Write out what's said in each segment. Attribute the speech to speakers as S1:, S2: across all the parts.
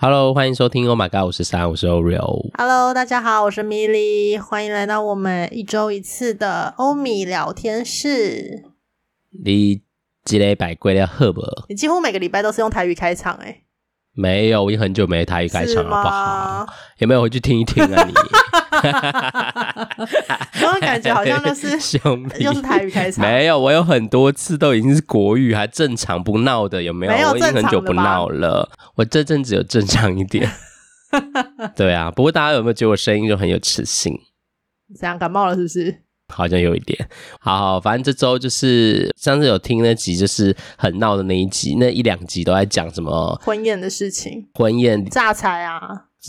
S1: Hello，欢迎收听 Oh My God，我是三，我是 Oreo。
S2: Hello，大家好，我是米莉，欢迎来到我们一周一次的欧米聊天室。
S1: 你积累百贵的赫伯
S2: 你几乎每个礼拜都是用台语开场、欸，
S1: 没有？我已经很久没台语
S2: 哎，
S1: 开
S2: 是
S1: 场了，好不啊
S2: 吗
S1: 好？？有没有回去听一听啊你？
S2: 然后感觉好像都 是
S1: 兄弟，
S2: 又是台语开场
S1: 没有，我有很多次都已经是国语，还正常不闹的，有没有？
S2: 没有
S1: 我已经很久不
S2: 正常的吧
S1: 闹了，我这阵子有正常一 点。对啊，不过大家有没有觉得我声音就很有磁性？
S2: 怎样感冒了是不是？
S1: 好像有一点，好好，反正这周就是上次有听那集，就是很闹的那一集，那一两集都在讲什么
S2: 婚宴的事情，
S1: 婚宴，
S2: 榨财啊！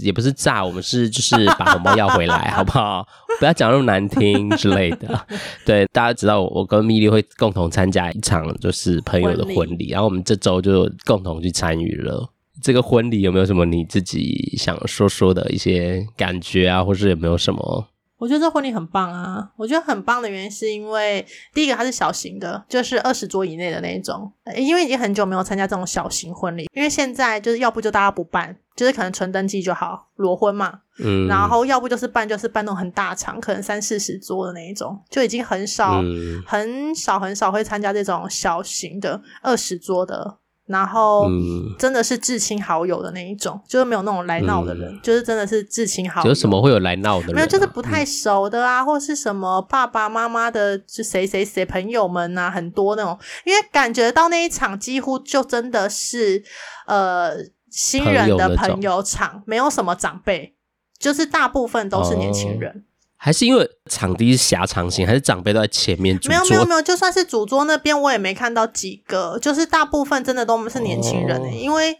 S1: 也不是炸，我们是就是把红包要回来，好不好？ 不要讲那么难听之类 的。对，大家知道我我跟米莉会共同参加一场就是朋友的婚
S2: 婚
S1: 礼，然后我们这周就共同去参与了。这个婚礼有没有什么你自己想说说的一些感觉啊，或是有没有什么
S2: 我觉得这婚礼很棒啊！我觉得很棒的原因是因为第一个它是小型的，就是二十桌以内的那一种，呃因为已经很久没有参加这种小型婚礼，因为现在就是要不就大家不办，就是可能纯登记就好，裸婚嘛，
S1: 嗯？
S2: 然后要不就是办就是办那种很大场，可能三四十桌的那一种，就已经很少、
S1: 嗯
S2: 很少很少会参加这种小型的二十桌的，然后。
S1: 嗯，
S2: 真的是至亲好友的那一种，就是没有那种来闹的人，就是真的是至亲好友。
S1: 嗯有什么会有来闹的人啊？
S2: 没有，就是不太熟的啊，或是什么爸爸妈妈的，就谁谁谁朋友们啊，很多那种，因为感觉到那一场几乎就真的是呃新人
S1: 朋友那
S2: 的
S1: 种
S2: 朋友场，没有什么长辈，就是大部分都是年
S1: 哦
S2: 轻人。
S1: 还是因为场地是狭长型，还是长辈都在前面主
S2: 没有没有
S1: 桌
S2: 没有，就算是主桌那边我也没看到几个，就是大部分真的都是年轻人、欸
S1: 哦
S2: 因为。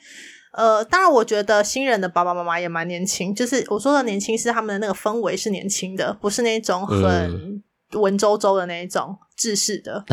S2: 呃，当然，我觉得新人的爸爸妈妈也蛮年轻，就是我说的年轻是他们的那个氛围是年轻的，不是那种很
S1: 嗯
S2: 文绉绉的那一种制式的。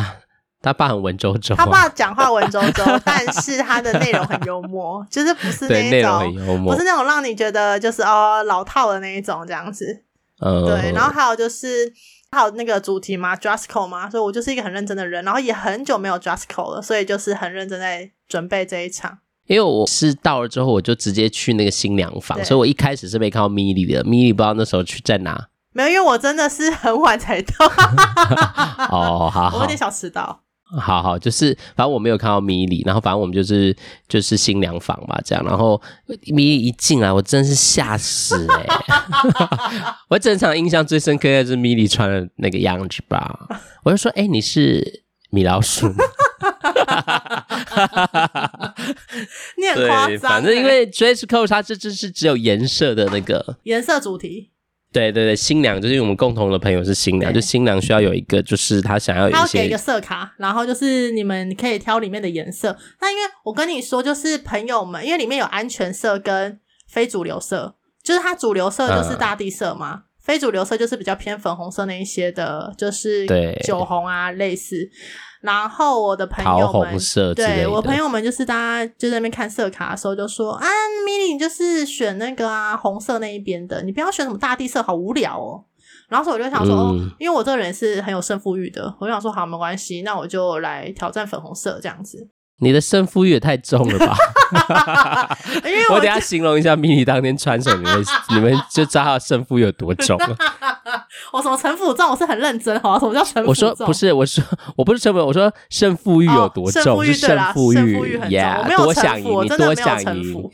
S1: 他爸很文绉绉啊，
S2: 他爸讲话文绉 绉，但是他的内容很幽默，就是不是
S1: 对
S2: 那
S1: 内容很
S2: 种
S1: 幽默，
S2: 不是那种让你觉得就是哦老套的那一种这样子。
S1: 嗯，
S2: 对，然后还有就是还有那个主题嘛 d r e s s c o d 嘛，所以我就是一个很认真的人，然后也很久没有 d r e s s c o d 了，所以就是很认真在准备这一场。
S1: 因为我是到了之后，我就直接去那个新娘房，
S2: 对
S1: 所以我一开始是没看到 Milly 的，Milly 不知道那时候去在 哪。
S2: 没有，因为我真的是很晚才到，
S1: 哦，好
S2: 我有
S1: 好
S2: 点小迟到。
S1: 好好，就是反正我没有看到 Milly，然后反正我们就是就是新娘房嘛，这样，然后 Milly 一进来，我真是吓死哎、 我整场印象最深刻的是 Milly 穿的那个样子吧，我就说，哎、你是米老鼠吗？
S2: 你很
S1: 对，
S2: 夸张，欸
S1: 反正因为 dress code 它这只是只有颜色的那个，
S2: 颜色主题，
S1: 对对对，新娘就是因为我们共同的朋友是新娘，
S2: 对
S1: 就新娘需要有一个，就是她想要有
S2: 他
S1: 一
S2: 要给一个
S1: 些，
S2: 色卡，然后就是你们可以挑里面的颜色。那因为我跟你说，就是朋友们，因为里面有安全色跟非主流色，就是它主流色
S1: 嗯
S2: 就是大地色嘛，非主流色就是比较偏粉红色那一些的，就是
S1: 对
S2: 酒红啊类似。然后我的朋
S1: 桃
S2: 友们
S1: 红。色之类
S2: 对
S1: 的。
S2: 我朋友们就是大家就在那边看色卡的时候就说啊，米莉你就是选那个啊红色那一边的，你不要选什么大地色，好无聊哦。然后所以我就想说，
S1: 嗯
S2: 哦，因为我这个人是很有胜负欲的，我就想说好没关系，那我就来挑战粉红色这样子，
S1: 你的胜负欲也太重了吧！
S2: 因 为
S1: 我
S2: 我
S1: 等一下形容一下 mini 当天穿什么，你们 你们就知道她的胜负欲有多 重了。
S2: 我什么城府重，我是很认真好吧？什么叫城府重？
S1: 我说不是，我说我不是胜负，我说胜负欲
S2: 哦
S1: 有多
S2: 胜
S1: 重，
S2: 负
S1: 是
S2: 欲对啦
S1: 胜负
S2: 胜负欲很重
S1: 呀
S2: 我没有
S1: 多
S2: 城
S1: 想
S2: 府
S1: 赢，
S2: 我
S1: 你
S2: 真的
S1: 多
S2: 没有
S1: 想
S2: 城
S1: 赢
S2: 府，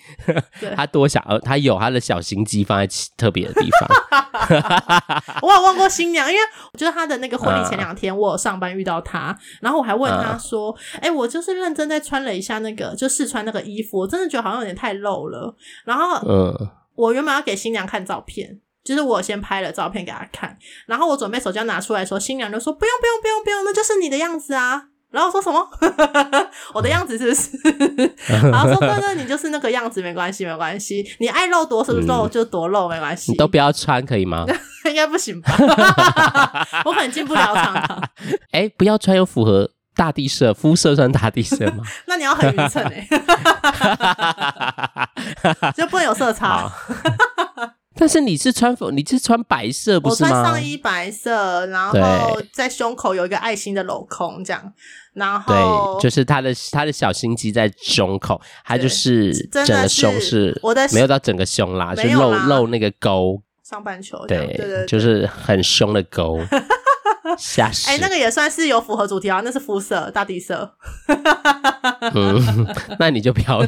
S2: 对
S1: 他多想，呃他有他的小心机放在其特别的地 方。
S2: 我有问过新娘，因为我觉得她的那个婚
S1: 嗯
S2: 礼前两天，我有上班遇到她，然后我还问她说：“哎、我就是认真在穿了一下那个，就试穿那个衣服，我真的觉得好像有点太露了。”然后
S1: 嗯，
S2: 我原本要给新娘看照片，就是我先拍了照片给她看，然后我准备手机要拿出来的时候，新娘就说：“不用，不用，不用，不用，那就是你的样子啊。”然后我说什么？ 我的样子是不是？ 然后说对对，你就是那个样子，没关系，没关系，你爱露多露就多露，没关
S1: 嗯
S2: 系。
S1: 你都不要穿可以 吗？
S2: 应该不行吧？ 我可能进不了场 堂。
S1: 哎，不要穿有符合大地色，肤色算大地色吗？
S2: 那你要很匀欸 称哎，就不能有色差。
S1: 好，但是你是穿粉，你是穿白色不
S2: 我
S1: 是
S2: 穿
S1: 吗？
S2: 上衣白色，然后在胸口有一个爱心的镂空，这样，然后
S1: 对，就是他的他的小心机在胸口，他就是
S2: 真
S1: 整
S2: 的
S1: 个
S2: 是
S1: 胸是
S2: 我的
S1: 没有到整个胸啦，
S2: 没
S1: 是
S2: 有
S1: 露
S2: 啦
S1: 露那个沟，
S2: 上半球这样，
S1: 对
S2: 对对对。
S1: 就是很凶的 沟，吓死！
S2: 哎、那个也算是有符合主题啊，那是肤色、大地色。
S1: 嗯， 那你就不要，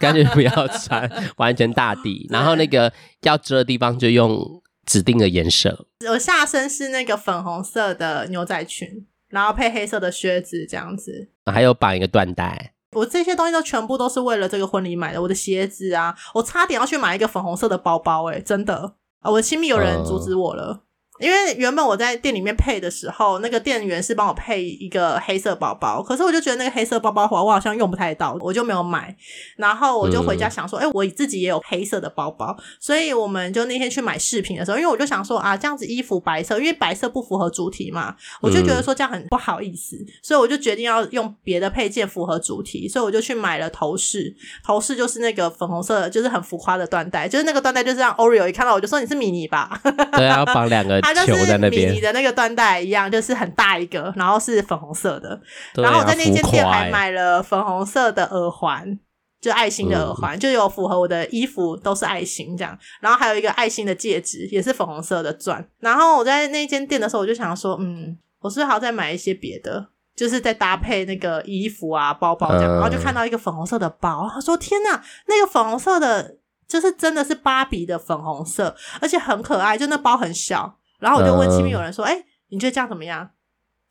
S1: 干脆不要穿，完全大 地。然后那个要遮的地方就用指定的颜色，
S2: 我下身是那个粉红色的牛仔裙，然后配黑色的靴子，这样子。
S1: 还有绑一个缎带。
S2: 我这些东西都全部都是为了这个婚礼买的，我的鞋子啊，我差点要去买一个粉红色的包包、哎，真的啊，我亲密有人阻止我了。因为原本我在店里面配的时候，那个店员是帮我配一个黑色包包，可是我就觉得那个黑色包包的话，我好像用不太到，我就没有买。然后我就回家想说，哎、我自己也有黑色的包包，所以我们就那天去买饰品的时候，因为我就想说啊，这样子衣服白色，因为白色不符合主题嘛，我就觉
S1: 嗯
S2: 得说这样很不好意思，所以我就决定要用别的配件符合主题，所以我就去买了头饰，头饰就是那个粉红色的，就是很浮夸的缎带，就是那个缎带就是让 Oreo 一看到我就说你是米妮吧，
S1: 对啊，要绑两 个
S2: 它就
S1: 球在
S2: 是
S1: 那
S2: 米妮
S1: 边。
S2: 的那个缎带一样，就是很大一个，然后是粉红色的，
S1: 对
S2: 然后
S1: 啊，
S2: 我在那
S1: 浮
S2: 间店
S1: 夸
S2: 还
S1: 欸
S2: 买了粉红色的耳环，就爱
S1: 嗯
S2: 心的耳环，就有符合我的衣服都是爱心这样。然后还有一个爱心的戒指，也是粉红色的钻。然后我在那间店的时候，我就想说，嗯，我是不是还要再买一些别的？就是在搭配那个衣服啊、包包这样，
S1: 嗯
S2: 然后就看到一个粉红色的包，他说：“天呐，那个粉红色的，就是真的是芭比的粉红色，而且很可爱，就那包很小。”然后我就问
S1: 嗯
S2: 亲密有人说：“哎、你觉得这样怎么样？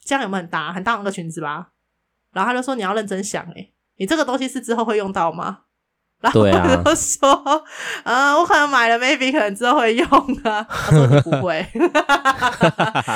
S2: 这样有没有很搭？很搭那个裙子吧？”然后他就说：“你要认真想、欸，你这个东西是之后会用到吗？” 然后我
S1: 对啊
S2: 就说：“呃，我可能买了，maybe 可能之后会用啊。”他说：“你不会。”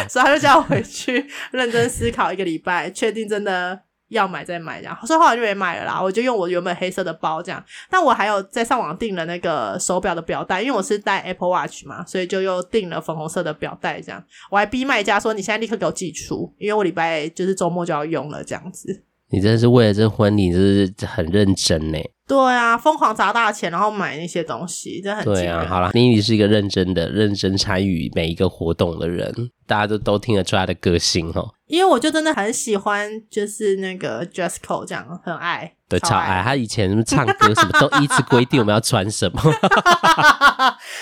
S2: 所以他就叫我回去认真思考一个礼拜，确定真的要买再买这样。所以后来就没买了啦，我就用我原本黑色的包这样。但我还有在上网订了那个手表的表带，因为我是戴 Apple Watch 嘛，所以就又订了粉红色的表带这样。我还逼卖家说：“你现在立刻给我寄出，因为我礼拜就是周末就要用了。”这样子。
S1: 你真的是为了这婚礼，真是很认真呢。
S2: 对啊，疯狂砸大钱，然后买那些东西，真的很
S1: 对
S2: 惊
S1: 啊，
S2: 人
S1: 好啦，妮妮是一个认真的、认真参与每一个活动的人，大家都都听得出她的个性哦，
S2: 因为我就真的很喜欢，就是那个 dress code 这样，很爱，
S1: 对，超爱。
S2: 爱。
S1: 她以前唱歌什么都一直规定我们要穿什 么，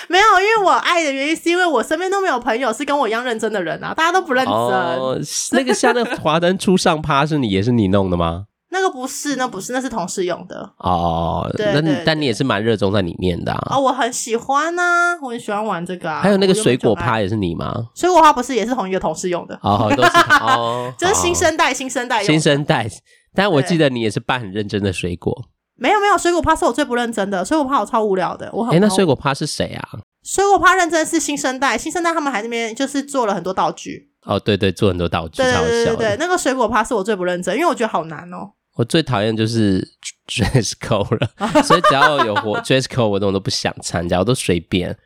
S2: 没有，因为我爱的原因是因为我身边都没有朋友是跟我一样认真的人啊，大家都不认真。
S1: 哦，那个像那个华灯初上趴是你也是你弄的吗？
S2: 那个不是，那不是，那是同事用的。
S1: 哦，
S2: 对
S1: 那你
S2: 对
S1: 但你也是蛮热衷在里面的、啊。
S2: 哦，我很喜欢呐、我很喜欢玩这个啊。
S1: 还有那个
S2: 我原本
S1: 水
S2: 就
S1: 果
S2: 爱，
S1: 趴也是你吗？
S2: 水果花不是也是同一个同事用的，
S1: 哦，都是 他哦，
S2: 就是
S1: 好
S2: 新生代，新生代用的
S1: 新生代。但我
S2: 对
S1: 记得你也是扮很认真的水果。
S2: 没有没有，水果趴是我最不认真的，水果趴我超无聊的，我很
S1: 哎，那
S2: 不
S1: 水果趴是谁啊？
S2: 水果趴认真是新生代，新生代他们还那边就是做了很多道具。
S1: 哦，对对，做很多道具，
S2: 对
S1: 超好
S2: 对对对
S1: 笑
S2: 对，
S1: 的。
S2: 那个水果趴是我最不认真，因为我觉得好难哦。
S1: 我最讨厌就是 dress code 了，所以只要有活 dress code 活动我都不想参加，我都随便。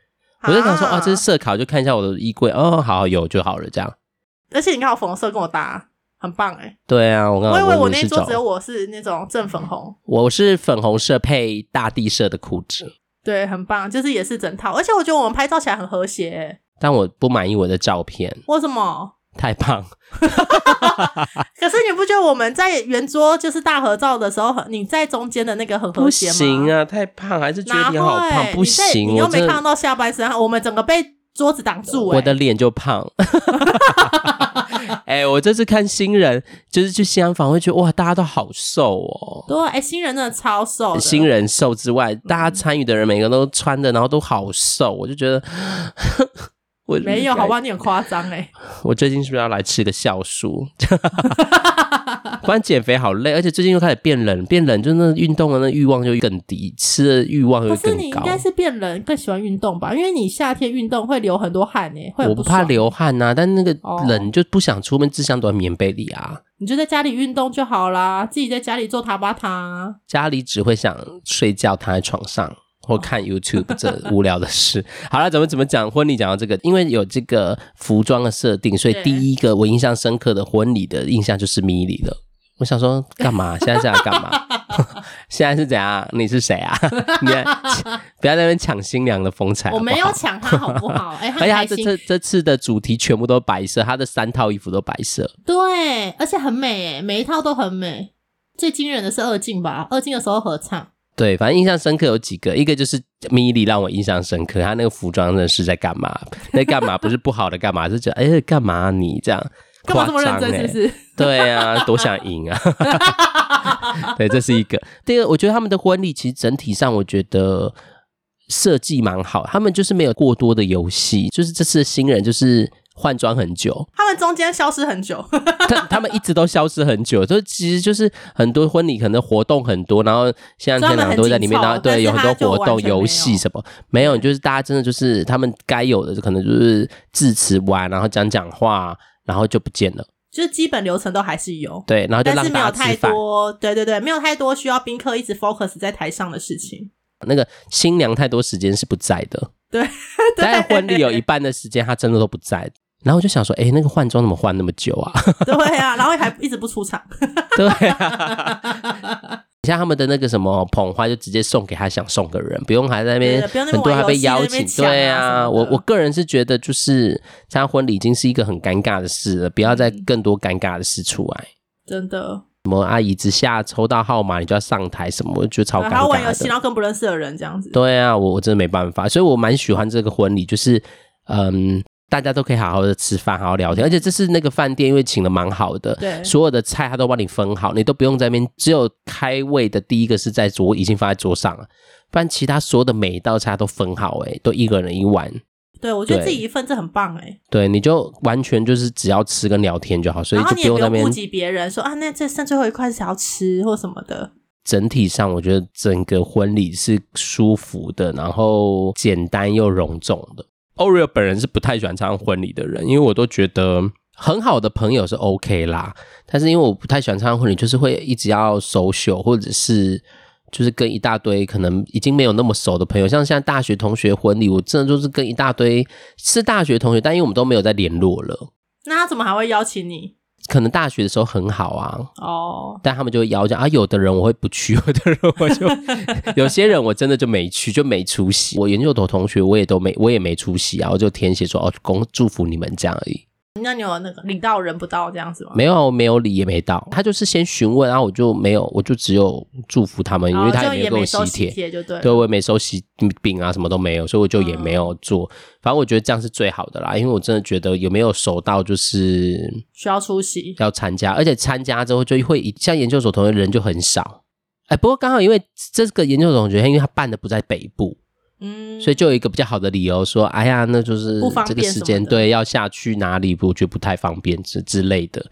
S1: 我就想说，
S2: 啊
S1: 哦，这是社考，就看一下我的衣柜，哦，好有就好了，这样。
S2: 而且你看我粉红色跟我搭，很棒哎。
S1: 对啊，我刚
S2: 我以
S1: 刚
S2: 为我
S1: 也
S2: 那一
S1: 是
S2: 桌
S1: 找
S2: 只有我是那种正粉红，
S1: 我是粉红色配大地色的裤子，
S2: 对，很棒，就是也是整套。而且我觉得我们拍照起来很和谐欸，
S1: 但我不满意我的照片
S2: 为什么？
S1: 太胖。
S2: 可是你不觉得我们在圆桌就是大合照的时候，很你在中间的那个很和
S1: 不
S2: 谐吗？
S1: 行啊，太胖，还是觉得
S2: 哪会，
S1: 脸好胖，不
S2: 你在
S1: 行，
S2: 你又
S1: 我
S2: 没
S1: 真
S2: 看
S1: 的
S2: 到下半身，我们整个被桌子挡住哎。
S1: 我的脸就胖。 哎、我这次看新人，就是去西安访，会觉得哇，大家都好瘦哦。
S2: 对，哎，新人真的超瘦的，
S1: 新人瘦之外，大家参与的人每个都穿的，然后都好瘦，我就觉得 我
S2: 没有，好
S1: 吧。
S2: 吧，你很夸张哎。
S1: 我最近是不是要来吃个酵 素？关减肥好累，而且最近又开始变冷，变冷就那运动的那欲望就更低，吃的欲望又
S2: 可是你
S1: 更
S2: 应
S1: 高。
S2: 该是变冷，更喜欢运动吧？因为你夏天运动会流很多汗诶，会很
S1: 我
S2: 不
S1: 不怕
S2: 爽，
S1: 流汗呐、但那个
S2: 哦
S1: 冷就不想出门，只想躲在棉被里啊。
S2: 你就在家里运动就好啦，自己在家里做塔巴塔。
S1: 家里只会想睡觉，躺在床 上或看 YouTube 这无聊的事。 好了，怎么怎么讲婚礼讲到这个，因为有这个服装的设定，所以
S2: 对
S1: 第一个我印象 深刻的婚礼的印象就是米莉了。我想说干嘛？现在是要干嘛？现在是怎样？你是谁啊？你不要在那边抢新娘的风采好
S2: 我
S1: 不哎好
S2: 没有抢他好不好？ 哎、他
S1: 而且他
S2: 开
S1: 这
S2: 心，
S1: 这这次的主题全部都白色，他的三套衣服都白色。
S2: 对，而且很美哎，每一套都很美。最惊人的是二进吧，二进的时候合唱，
S1: 对，反正印象深刻有几个，一个就是米莉让我印象深刻，她那个服装真的是在干嘛？在干嘛？不是不好的干嘛，是觉得哎、干嘛啊你这样
S2: 干嘛
S1: 夸
S2: 这么
S1: 张
S2: 认真？
S1: 哎、
S2: 是不是？
S1: 对啊，多想赢啊！ 对，这是一个。第二个，我觉得他们的婚礼其实整体上，我觉得设计蛮好，他们就是没有过多的游戏，就是这次的新人就是换装很久，
S2: 他们中间消失很久，
S1: 他他们一直都消失很久，所以其实就是很多婚礼可能活动很多，然后像天朗都在里面，然后对有很多活动、游戏什么，没有，就是大家真的就是他们该有的可能就是致辞完，然后讲讲话，然后就不见了，
S2: 就是基本流程都还是有，
S1: 对，然后就
S2: 但
S1: 让
S2: 是没有
S1: 大家
S2: 太
S1: 吃饭。
S2: 多，对对对，没有太多需要宾客一直 focus 在台上的事情。
S1: 那个新娘太多时间是不在的，
S2: 对，
S1: 在婚礼有一半的时间她真的都不在。然后我就想说，哎，那个换装怎么换那么久啊？
S2: 对啊，然后还一直不出场，
S1: 对啊。 像他们的那个什么捧花，就直接送给他想送的人，不用还在那边
S2: 对不用那么
S1: 很多还
S2: 玩游
S1: 被
S2: 戏
S1: 邀
S2: 在那边
S1: 请。
S2: 抢啊
S1: 对啊，
S2: 什么的
S1: 我我个人是觉得，就是参加婚礼已经是一个很尴尬的事了，不要再更多尴尬的事出来。
S2: 真的。
S1: 什么阿姨之下抽到号码，你就要上台什么，我觉得超尴
S2: 然后玩游
S1: 尬
S2: 戏，
S1: 的。
S2: 然后更不认识的人这样子。
S1: 对啊，我我真的没办法，所以我蛮喜欢这个婚礼，就是嗯，大家都可以好好的吃饭，好好聊天，而且这是那个饭店，因为请的蛮好的，
S2: 对
S1: 所有的菜他都帮你分好，你都不用在那边，只有开胃的第一个是在桌已经放在桌上了，不然其他所有的每一道菜他都分好、欸，都一个人一碗。
S2: 对，我觉得
S1: 对
S2: 自己一份这很棒哎，
S1: 对，你就完全就是只要吃跟聊天就好，所以
S2: 然
S1: 就
S2: 后
S1: 不
S2: 你也不
S1: 用在那
S2: 用
S1: 边
S2: 顾。及别人说啊，那这剩最后一块是要吃或什么的。
S1: 整体上，我觉得整个婚礼是舒服的，然后简单又隆重的。Oreo 本人是不太喜欢参加婚礼的人，因为我都觉得很好的朋友是 OK 啦，但是因为我不太喜欢参加婚礼，就是会一直要 social，或者是就是跟一大堆可能已经没有那么熟的朋友，像现在大学同学婚礼，我真的就是跟一大堆是大学同学，但因为我们都没有再联络了，
S2: 那他怎么还会邀请你？
S1: 可能大学的时候很好啊，
S2: 哦，
S1: 但他们就会邀讲啊，有的人我会不去， 有的人我就有些人我真的就没去，就没出席。我研究所同学我也都没，我也没出席啊，我就填写说哦，恭祝福你们这样而已。
S2: 那你有那个礼到人不到这样子吗？
S1: 没有啊，我没有理也没到，他就是先询问，啊然后我就没有，我就只有祝福他们，因
S2: 哦，
S1: 为他
S2: 就
S1: 没有
S2: 也
S1: 给我
S2: 没
S1: 喜
S2: 收
S1: 帖，
S2: 帖，就对了。
S1: 对我也没收喜饼啊，什么都没有，所以我就也没
S2: 哦
S1: 有做。反正我觉得这样是最好的啦，因为我真的觉得有没有收到就是
S2: 需要出席。
S1: 要参加，而且参加之后就会一像研究所同学人就很少。哎，不过刚好因为这个研究所同学，因为他办的不在北部，
S2: 嗯，
S1: 所以就有一个比较好的理由说，哎呀，那就是
S2: 不方
S1: 这
S2: 便
S1: 个时间
S2: 什么的
S1: 对要下去哪里，我觉得不太方便之之类的。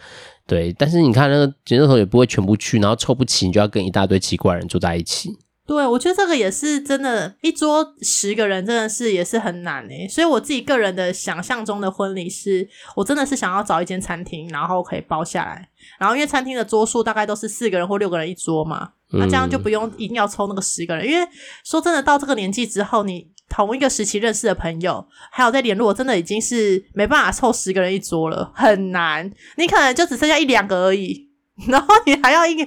S1: 对，但是你看那个研究所也不会全部去，然后凑不齐，你就要跟一大堆奇怪的人住在一起。
S2: 对，我觉得这个也是真的，一桌十个人真的是也是很难诶、所以我自己个人的想象中的婚礼是，我真的是想要找一间餐厅，然后可以包下来，然后因为餐厅的桌数大概都是四个人或六个人一桌嘛，那这样就
S1: 嗯
S2: 不用一定要抽那个十个人，因为说真的，到这个年纪之后，你同一个时期认识的朋友，还有在联络，真的已经是没办法凑十个人一桌了，很难，你可能就只剩下一两个而已。然后你还要硬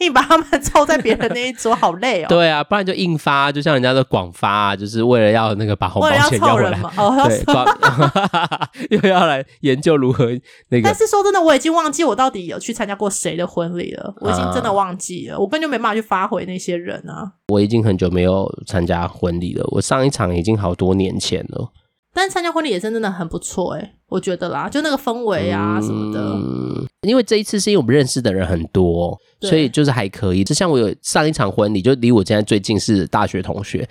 S2: 硬把他们 凑在别人那一桌，好累哦。
S1: 对啊，不然就硬发，就像人家的广发、啊，就是为了要那个把红
S2: 为
S1: 包
S2: 了要
S1: 钱哦要
S2: 凑
S1: 回
S2: 人
S1: 来，
S2: 嘛，哦，要
S1: 对，广 又要来研究如何那个
S2: 但是说真的，我已经忘记我到底有去参加过谁的婚礼了，我已经真
S1: 啊
S2: 的忘记了，我根本就没办法去发回那些人啊。
S1: 我已经很久没有参加婚礼了，我上一场已经好多年前了，
S2: 但是参加婚礼也是真的很不错哎、我觉得啦，就那个氛围啊什么的，
S1: 嗯，因为这一次是因为我们认识的人很多，
S2: 对
S1: 所以就是还可以。就像我有上一场婚礼，就离我现在最近是大学同学，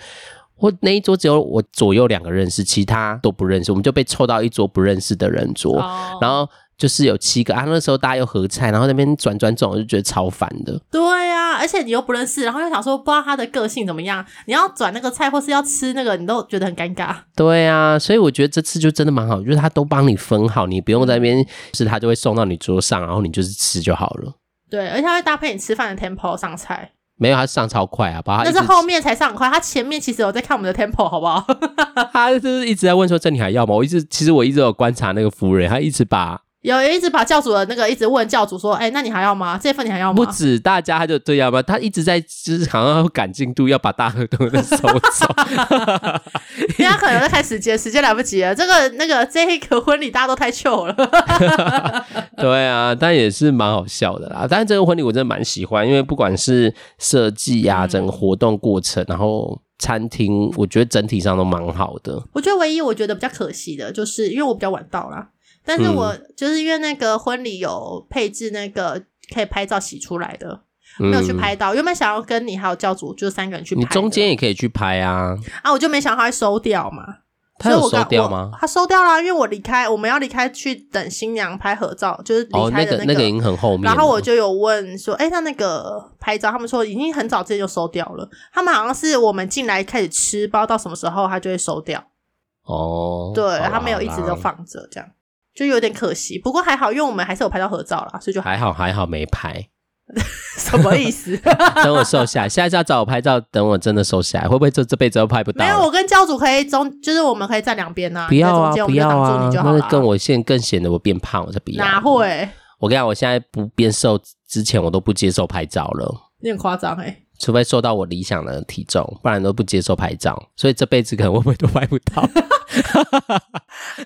S1: 我那一桌只有我左右两个认识，其他都不认识，我们就被凑到一桌不认识的人桌，
S2: 哦
S1: 然后。就是有七个啊，那时候大家又合菜，然后那边转转转，我就觉得超烦的。
S2: 对啊，而且你又不认识，然后又想说不知道他的个性怎么样，你要转那个菜或是要吃那个，你都觉得很尴尬。
S1: 对啊，所以我觉得这次就真的蛮好，就是他都帮你分好，你不用在那边，是他就会送到你桌上，然后你就是吃就好了。
S2: 对，而且他会搭配你吃饭的 tempo 上菜，
S1: 没有，他上超快啊，把他
S2: 但
S1: 一直
S2: 是后面才上很快，他前面其实有在看我们的 tempo，好不好？
S1: 他就是一直在问说这你还要吗？我一直其实我一直有观察那个服务人，他一直把
S2: 有一直把教主的那个一直问教主说，哎、那你还要吗？这份你还要
S1: 不
S2: 吗？
S1: 止大家他就这样吧，他一直在就是好像要赶进度，要把大河东的收 走。
S2: 人家可 能在看时间，时间来不及了。这个那个这个婚礼大家都太糗了，
S1: 对啊，但也是蛮好笑的啦。但是这个婚礼我真的蛮喜欢，因为不管是设计
S2: 嗯
S1: 啊，整个活动过程，然后餐厅，我觉得整体上都蛮好的。
S2: 我觉得唯一我觉得比较可惜的，就是因为我比较晚到啦，但是我、就是因为那个婚礼有配置那个可以拍照洗出来的，
S1: 嗯
S2: 没有去，拍到。原本想要跟你还有教主就三个人去拍
S1: 你
S2: 的，
S1: 中间也可以去拍啊。
S2: 啊，我就没想到他会收掉嘛。
S1: 他
S2: 所以
S1: 有
S2: 我
S1: 收
S2: 刚
S1: 掉
S2: 我
S1: 吗？
S2: 他收掉啦，因为我离开，我们要离开去等新娘拍合照，就是
S1: 哦
S2: 离，
S1: 那
S2: 开的
S1: 个那个已经很后面了。
S2: 然后我就有问说，哎、那那个拍照，他们说已经很早之前就收掉了。他们好像是我们进来开始吃，不知道到什么时候他就会收掉。
S1: 哦，
S2: 对
S1: 好啦
S2: 他没有一直都。
S1: 好啦
S2: 放着，这样就有点可惜。不过还好，因为我们还是有拍到合照啦，所 以就
S1: 还
S2: 还
S1: 好还好没拍，
S2: 什么意思？
S1: 等我瘦下来，下一次要找我拍照，等我真的瘦下来，会不会这这辈子都拍不到
S2: 没
S1: 了？
S2: 有，我跟教主可以中，就是我们可以站两边呐，
S1: 不要啊
S2: 在中
S1: 不
S2: 间
S1: 要啊
S2: 我们就挡住你，就好
S1: 那
S2: 了。
S1: 是跟我现在更显得我变胖，我才不要。
S2: 哪会？
S1: 我跟你讲，我现在不变瘦之前，我都不接受拍照了，
S2: 有点夸张哎。
S1: 除非瘦到我理想的体重，不然都不接受拍照。所以这辈子可能我们都拍不到。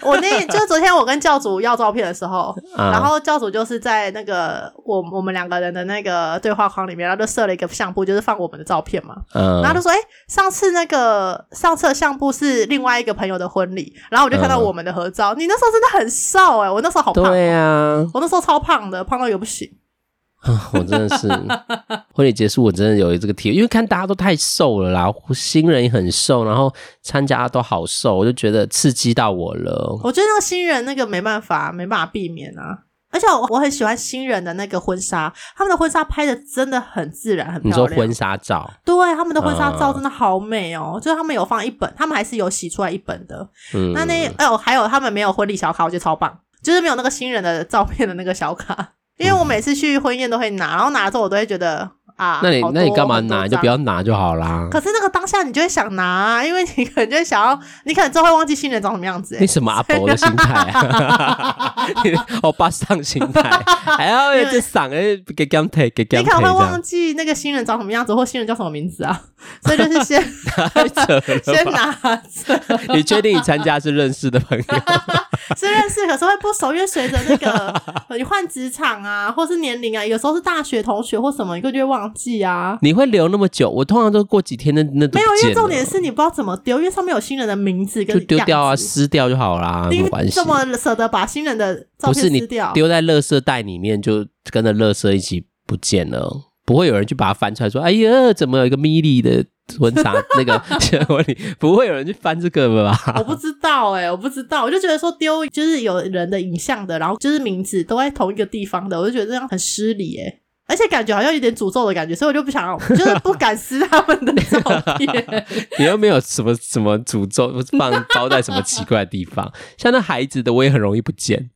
S2: 我那就是昨天我跟教主要照片的时候，
S1: 啊
S2: 然后教主就是在那个我我们两个人的那个对话框里面，然后就设了一个相簿，就是放我们的照片嘛。
S1: 嗯
S2: 然后他就说：“哎、上次那个上次的相簿是另外一个朋友的婚礼，然后我就看到
S1: 嗯
S2: 我们的合照。你那时候真的很瘦哎、我那时候好胖，
S1: 对啊，
S2: 我那时候超胖的，胖到也不行。
S1: 啊我真的是婚礼结束，我真的有这个体，因为看大家都太瘦了啦，新人也很瘦，然后参加都好瘦，我就觉得刺激到我了。
S2: 我觉得那个新人那个没办法，没办法避免啊。而且我我很喜欢新人的那个婚纱，他们的婚纱拍的真的很自然，很
S1: 你
S2: 漂
S1: 说
S2: 亮。
S1: 婚纱照，
S2: 对他们的婚纱照
S1: 嗯
S2: 真的好美哦，就是他们有放一本，他们还是有洗出来一本的。
S1: 嗯，
S2: 那那哎呦，还有他们没有婚礼小卡，我觉得超棒，就是没有那个新人的照片的那个小卡，因为我每次去婚宴都会拿，然后拿了之后我都会觉得啊，
S1: 那你
S2: 好多
S1: 那你干嘛拿？
S2: 很多张
S1: 你就不要拿就好啦。
S2: 可是那个当下你就会想拿、啊因为你可能就会想要，你可能之后会忘记新人长什么样子、哎
S1: 你什么阿伯的心态啊？ 你欧巴桑心态，还要
S2: 因为
S1: 这嗓哎，给姜腿给
S2: 你
S1: 姜腿
S2: 可能
S1: 这
S2: 会
S1: 样
S2: 忘，记那个新人长什么样子，或新人叫什么名字啊，所以就是 先
S1: 太扯了
S2: 先
S1: 吧？
S2: 拿着，
S1: 你确定你参加是认识的朋友？
S2: 虽然是，可是会不熟，因为随着那 个呃你换职场啊，或是年龄啊，有时候是大学同学或什么，你根本就会忘记啊。
S1: 你会留那么久？我通常都过几天那那都
S2: 没有，
S1: 不
S2: 因
S1: 见
S2: 为重点
S1: 了，
S2: 是你不知道怎么丢，因为上面有新人的名字跟
S1: 就丢掉啊，
S2: 样子
S1: 撕掉就好啦，没关
S2: 你
S1: 系
S2: 怎。么舍得把新人的照
S1: 不是
S2: 片
S1: 你
S2: 撕掉？
S1: 丢在垃圾袋里面，就跟着垃圾一起不见了，不会有人去把它翻出来说：“哎呀，怎么有一个米莉的婚纱？”那 个婚礼不会有人去翻这个吧？
S2: 我不知道哎、我不知道，我就觉得说丢就是有人的影像的，然后就是名字都在同一个地方的，我就觉得这样很失礼哎、而且感觉好像有点诅咒的感觉，所以我就不想要，就是不敢撕他们的照 片。
S1: 你又没有什么什么诅咒，放包在什么奇怪的地方？像那孩子的，我也很容易不见。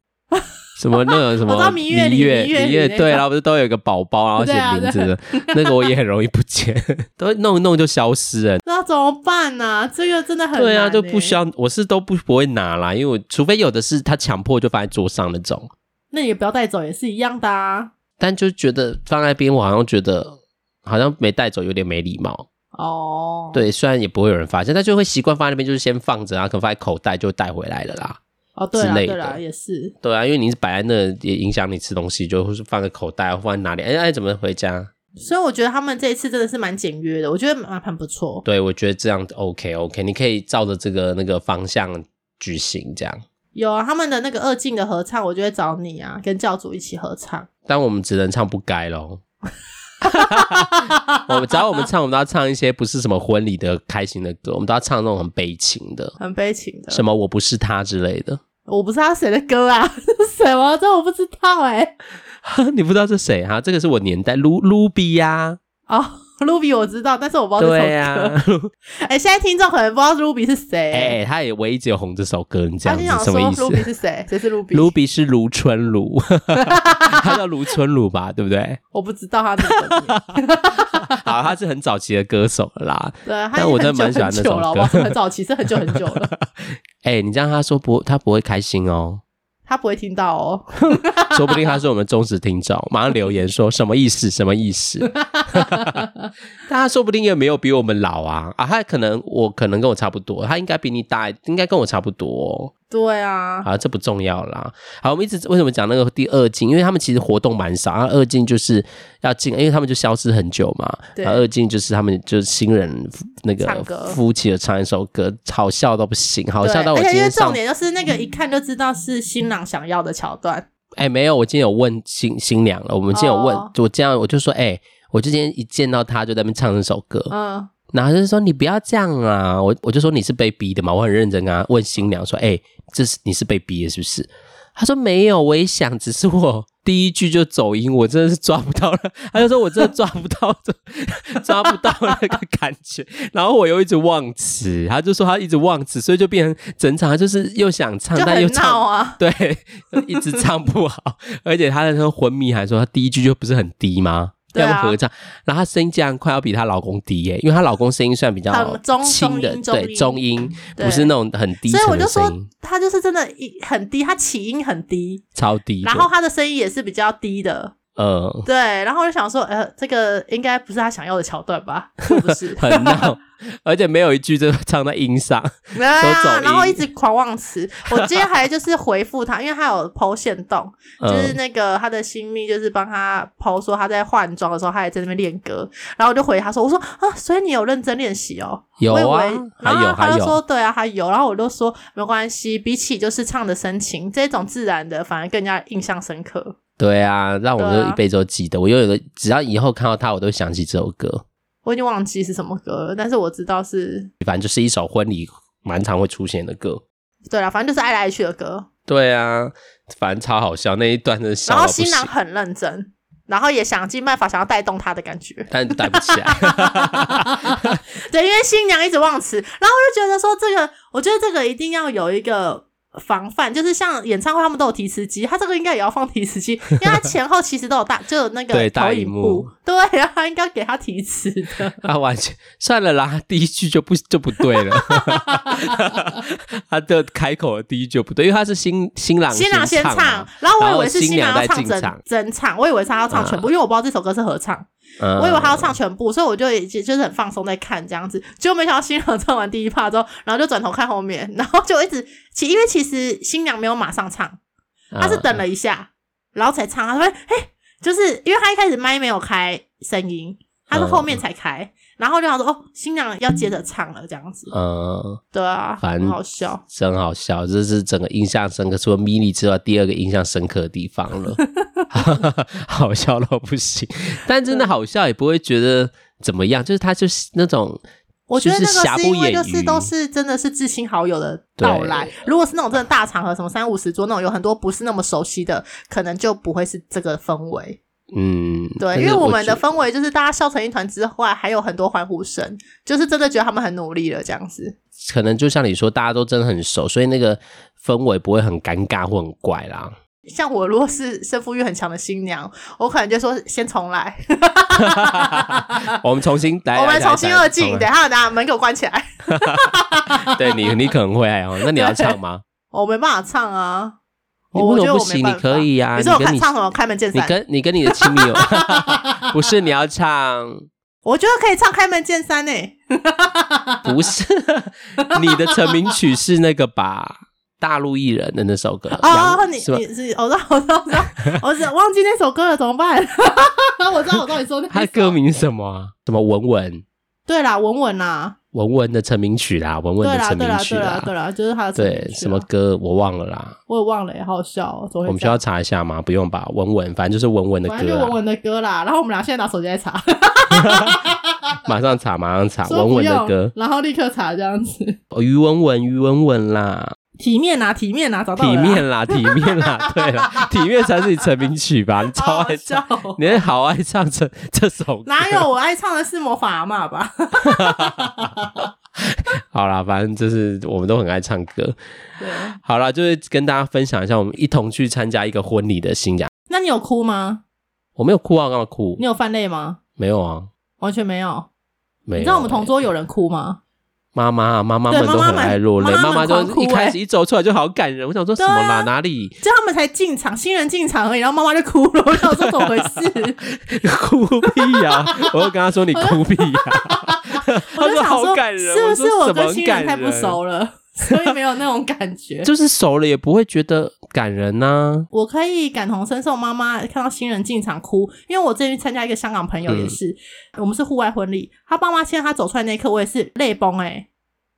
S1: 什么那种什
S2: 我知道
S1: 么
S2: 蜜月里
S1: 蜜月
S2: 蜜月里
S1: 蜜月
S2: 那
S1: 对，
S2: 种
S1: 然后不是都有一个宝宝，然后写
S2: 对啊
S1: 名字的， 那个我也很容易不见， 都弄一弄就消失了。
S2: 那怎么办呢、这个真的很难、欸、
S1: 对啊，就不需要，我是都不不会拿啦，因为我除非有的是他强迫就放在桌上那种，
S2: 那也不要带走，也是一样的啊。
S1: 但就觉得放在边，我好像觉得好像没带走有点没礼貌。
S2: 哦，，
S1: 对，虽然也不会有人发现，但就会习惯放在那边，就是先放着啊，可能放在口袋就带回来了啦。
S2: 哦，对啦，
S1: 之类
S2: 对
S1: 的
S2: 啦，也是。
S1: 对啊，因为你是摆在那也影响你吃东西，就会是放在口袋或放在哪里。哎哎，怎么回家？
S2: 所以我觉得他们这一次真的是蛮简约的，我觉得蛮很不错。
S1: 对，我觉得这样 OK OK，你可以照着这个那个方向举行这样。
S2: 有啊，他们的那个二进的合唱，我就会找你啊，跟教主一起合唱。
S1: 但我们只能唱不该喽。 我们只要我们唱，我们都要唱一些不是什么婚礼的开心的歌，我们都要唱那种很悲情的，
S2: 很悲情的，
S1: 什么我不是他之类的。
S2: 我不知道谁的歌啊， 这是什么？这我不知道哎、
S1: 你不知道这谁啊哈、这个是我年代卢卢比呀，
S2: 哦，Ruby 我知道，但是我不哦知道这首
S1: 对啊
S2: 歌。
S1: 呀、
S2: 哎、现在听众可能不知道 Ruby 是谁、
S1: 哎、他也唯一只有红这首歌，你这
S2: 他
S1: 样
S2: 心想
S1: 子什
S2: 说
S1: 么意
S2: Ruby
S1: 思？
S2: 是谁？谁是 Ruby？
S1: 卢比是卢春如， 他叫卢春如吧，对不对？
S2: 我不知道他的本 名。
S1: 好，他是很早期的歌手了啦。
S2: 对啊，他
S1: 但
S2: 已经
S1: 我真的
S2: 很久
S1: 蛮喜欢
S2: 很
S1: 那
S2: 久
S1: 首
S2: 了，
S1: 歌
S2: 我很早期是很久很久了。
S1: 哎、你这样他说不，他不会开心哦。
S2: 他不会听到哦。
S1: 说不定他是我们忠实听众，马上留言说什么意思？什么意 思？但他说不定也没有比我们老啊啊！他可能我可能跟我差不多，他应该比你大，应该跟我差不多、哦
S2: 对啊，
S1: 啊，这不重要啦。好，我们一直为什么讲那个第二季？因为他们其实活动蛮少，然后啊二季就是要进，因为他们就消失很久嘛。啊
S2: 对
S1: 然后二季就是他们就是新人那个
S2: 唱歌
S1: 夫妻的唱一首歌，好笑到不行，好
S2: 对
S1: 笑到我
S2: 而
S1: 今
S2: 且因
S1: 天
S2: 为重
S1: 上嗯
S2: 点就是那个一看就知道是新郎想要的桥段。
S1: 哎、没有，我今天有问新新娘了。我们今天有问，
S2: 哦
S1: 我这样我就说，哎、我就今天一见到她就在那边唱那首歌，
S2: 嗯，
S1: 然后她就说你不要这样啊，我我就说你是被逼的嘛，我很认真啊，问新娘说，哎、这是你是被逼的，是不是？她说没有，我也想，只是我第一句就走音，我真的是抓不到了。 她就说我真的抓不到， 抓不到那个感觉，然后我又一直忘词，她就说她一直忘词，所以就变成整场她就是又想 唱，
S2: 嗯就
S1: 但又
S2: 很
S1: 唱
S2: 闹啊。
S1: 对，一直唱不好，而且她那时候昏迷，还说她第一句就不是很低吗？
S2: 对啊
S1: 要不合唱，然后她声音竟然快要比她老公低耶、因为她老公声音算比较
S2: 很中
S1: 轻的，
S2: 中音
S1: 对中
S2: 中
S1: 音，
S2: 对
S1: 不是那种很低
S2: 所以我
S1: 沉
S2: 就
S1: 的
S2: 说
S1: 声音，
S2: 他就是真的一很低，他起音很低，
S1: 超低的。
S2: 然后他的声音也是比较低的。
S1: 呃，
S2: 对，然后我就想说，呃，这个应该不是他想要的桥段吧？是 不是？
S1: 很闹，而且没有一句就唱到音上，
S2: 没有啊，
S1: 走
S2: 然后
S1: 音
S2: 一直狂忘词。我今天还就是回复他，因为他有剖线动，就是
S1: 嗯，
S2: 那个他的新密，就是帮他剖说他在换装的时候，他也在那边练歌。然后我就回他说：“我说啊，所以你有认真练习哦。”
S1: 有
S2: 我
S1: 啊
S2: 以为，
S1: 还
S2: 然后
S1: 有
S2: 他
S1: 还
S2: 就
S1: 有
S2: 说：“对啊，还有。”然后我就说：“没关系，比起就是唱的深情这种自然的，反而更加印象深刻。
S1: 对啊，让我
S2: 对
S1: 们
S2: 啊
S1: 一辈子都记得。我又有个，只要以后看到她，我都会想起这首歌。”
S2: 我已经忘记是什么歌了，但是我知道是
S1: 反正就是一首婚礼蛮常会出现的歌。
S2: 对了，反正就是爱来爱去的歌。
S1: 对啊，反正超好笑那一段真的笑
S2: 然
S1: 到
S2: 后
S1: 不行
S2: 新，郎很认真，然后也想尽办法想要带动他的感觉。
S1: 但带不起来。
S2: 对，因为新娘一直忘词，然后我就觉得说这个，我觉得这个一定要有一个防范，就是像演唱会他们都有提词机，他这个应该也要放提词机，因为他前后其实都有大，就有那个
S1: 对大
S2: 投
S1: 荧
S2: 影
S1: 幕
S2: 幕，对，然后应该给他提词的。
S1: 他完全算了啦，第一句就不就不对了。 他的开口的第一句就不对，因为他是新新郎
S2: 新郎先
S1: 唱啊
S2: 唱
S1: 嘛，，
S2: 然后我
S1: 然
S2: 以
S1: 后
S2: 为是
S1: 新
S2: 新
S1: 娘
S2: 郎要
S1: 再
S2: 唱
S1: 进
S2: 整
S1: 场
S2: 整场，我以为是他要唱全部，因为我不知道这首歌是合唱，
S1: 嗯
S2: 我以为他要唱全部，所以我就也就是很放松在看这样子，结果没想到新郎唱完第一 part 之后，然后就转头看后面，然后就一直其因为其实新娘没有马上唱，她
S1: 嗯
S2: 是等了一下，然后才唱，她说哎、就是因为她一开始麦没有开声音，她
S1: 嗯
S2: 是后面才开，然后就想说哦，新娘要接着唱了这样子，
S1: 嗯。
S2: 对啊，
S1: 反
S2: 很好笑，
S1: 真好笑，这是整个印象深刻，除了 mini 之外，第二个印象深刻的地方 了，好笑到不行。但真的好笑，也不会觉得怎么样，就是他就是那种，
S2: 我觉得那
S1: 就是瑕
S2: 个是
S1: 不
S2: 因为
S1: 掩
S2: 就是
S1: 瑜
S2: 都是真的是至亲好友的到来
S1: 对，
S2: 如果是那种真的大场合，什么三五十桌那种，有很多不是那么熟悉的，可能就不会是这个氛围。
S1: 嗯，但
S2: 对，
S1: 是
S2: 因为我们
S1: 觉
S2: 的氛围就是大家笑成一团之外，还有很多欢呼声，就是真的觉得他们很努力了这样子。
S1: 可能就像你说，大家都真的很熟，所以那个氛围不会很尴尬或很怪 啦。
S2: 像我如果是胜负欲很强的新娘，我可能就说先重来，
S1: 我们重新来，
S2: 我们
S1: 哎来
S2: 重新二进，
S1: 重
S2: 等
S1: 来
S2: 一下把门给我关起来，
S1: 对你，你可能会 哦。那你要唱吗？
S2: 我没办法唱啊。
S1: 你
S2: 我
S1: 为什
S2: 觉得
S1: 么
S2: 我
S1: 不
S2: 没
S1: 行？你
S2: 办法
S1: 可以呀、
S2: 你
S1: 你
S2: 说我
S1: 跟
S2: 看
S1: 你
S2: 唱什么开门见
S1: 你
S2: 山？
S1: 跟你跟你的亲密 友，不是你要唱，
S2: 我觉得可以唱开门见山呢、欸
S1: 不是 你的成名曲是那个吧？大陆艺人的那首歌，
S2: 哦，
S1: 杨
S2: 你
S1: 是吧
S2: 你？是，我知道，我知道，我知道，我只忘记那首歌了，怎么办？ 我知道，我知道你说那
S1: 他的
S2: 首
S1: 歌名是什么啊？什么文文
S2: 对啦，稳稳啦，
S1: 文文的成名曲啦，文文
S2: 对
S1: 的
S2: 啦，
S1: 成
S2: 对
S1: 名
S2: 啦，
S1: 曲
S2: 对啦，对啦，就是他的成名
S1: 对
S2: 曲啊
S1: 什么歌我忘了啦。
S2: 我也忘了耶，好好笑哦。怎么
S1: 我
S2: 会
S1: 们
S2: 这
S1: 需
S2: 样
S1: 要查一下吗？不用吧，文文，反正就是文文的歌、啊，
S2: 反正就文文的歌啦，然后我们俩现在拿手机在查，
S1: 马上查，马上查，
S2: 说
S1: 文
S2: 不
S1: 文的
S2: 用，
S1: 歌，
S2: 然后立刻查这样子。
S1: 哦于文文，于文文啦，
S2: 体面啊，体面啊，找到
S1: 体
S2: 了啦，
S1: 面啦， 体面啦，对啦，体面才是你成名曲 吧？你超
S2: 好好
S1: 爱
S2: 笑
S1: 唱，
S2: 哦。
S1: 你好爱唱这这首歌，
S2: 哪有我爱唱的是魔法阿嬷吧？
S1: 好啦，反正就是我们都很爱唱歌。
S2: 对，
S1: 好啦，就是跟大家分享一下，我们一同去参加一个婚礼的新娘。
S2: 那你有哭吗？
S1: 我没有哭啊，干嘛哭
S2: 你？有泛泪吗？
S1: 没有啊，
S2: 完全没有。
S1: 没有、
S2: 你知道我们同
S1: 欸
S2: 桌有人哭吗？
S1: 妈妈妈妈
S2: 对
S1: 们都
S2: 妈妈
S1: 很
S2: 们
S1: 爱落泪，妈
S2: 妈妈
S1: 妈
S2: 们
S1: 就
S2: 狂哭
S1: 一开
S2: 欸
S1: 始一走出来就好感人，我想说什
S2: 对
S1: 么
S2: 啊
S1: 啦哪里
S2: 就他们才进场，新人进场而已，然后妈妈就哭了，我想说怎么回事？
S1: 哭屁 呀！我就跟他说你哭屁呀，他
S2: 我就
S1: 说
S2: 想
S1: 好
S2: 说，
S1: 感人
S2: 是
S1: 我
S2: 不
S1: 说
S2: 是我
S1: 什么
S2: 跟新人
S1: 感
S2: 太不
S1: 人
S2: 熟了，所以没有那种感觉？
S1: 就是熟了也不会觉得感人啊呐。
S2: 我可以感同身受，妈妈看到新人进场哭，因为我最近参加一个香港朋友也是，
S1: 嗯
S2: 我们是户外婚礼，他爸妈牵他走出来那一刻，我也是泪崩哎、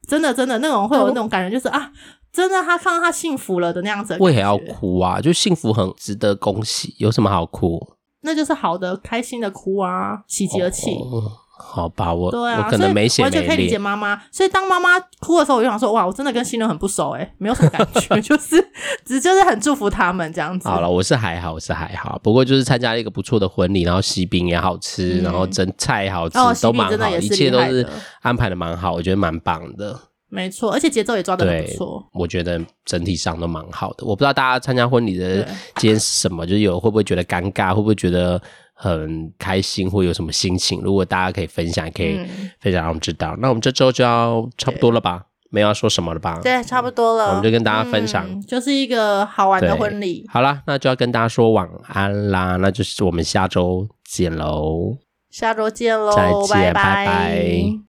S2: 真的真的那种会有那种感觉，就是啊，真的他看到他幸福了的那样子，
S1: 为何要？哭啊？就幸福很值得恭喜，有什么好哭？
S2: 那就是好的开心的哭啊，喜极而泣。
S1: 哦好吧，我
S2: 对啊，
S1: 我可能没
S2: 所以
S1: 血
S2: 完全可
S1: 没
S2: 以理解
S1: 泪。
S2: 妈妈。所以当妈妈哭的时候，我就想说，哇，我真的跟新人很不熟哎、没有什么感觉， 就是只就是很祝福他们这样子。
S1: 好了，我是还好，我是还好，啊不过就是参加了一个不错的婚礼，然后喜饼也好吃，
S2: 嗯
S1: 然后蒸菜也好吃，
S2: 哦，
S1: 都
S2: 喜饼
S1: 蛮
S2: 真的
S1: 好，
S2: 也
S1: 一
S2: 是
S1: 切
S2: 厉
S1: 都
S2: 害
S1: 是
S2: 的，
S1: 安排的蛮好，我觉得蛮棒的。
S2: 没错，而且节奏也抓的很不
S1: 对
S2: 错。，
S1: 我觉得整体上都蛮好的。我不知道大家参加婚礼的
S2: 对
S1: 今天是什么，就是有会不会觉得尴尬，会不会觉得很开心，会有什么心情？如果大家可以分享，可以
S2: 嗯
S1: 分享让我们知道。那我们这周就要差不多了吧？没有要说什么了吧？
S2: 对，差不多了，
S1: 我们就跟大家分享
S2: 嗯就是一个好玩的
S1: 对
S2: 婚礼。
S1: 好啦，那就要跟大家说晚安啦，那就是我们下周见喽。
S2: 下周见喽，
S1: 再见拜
S2: 拜
S1: 拜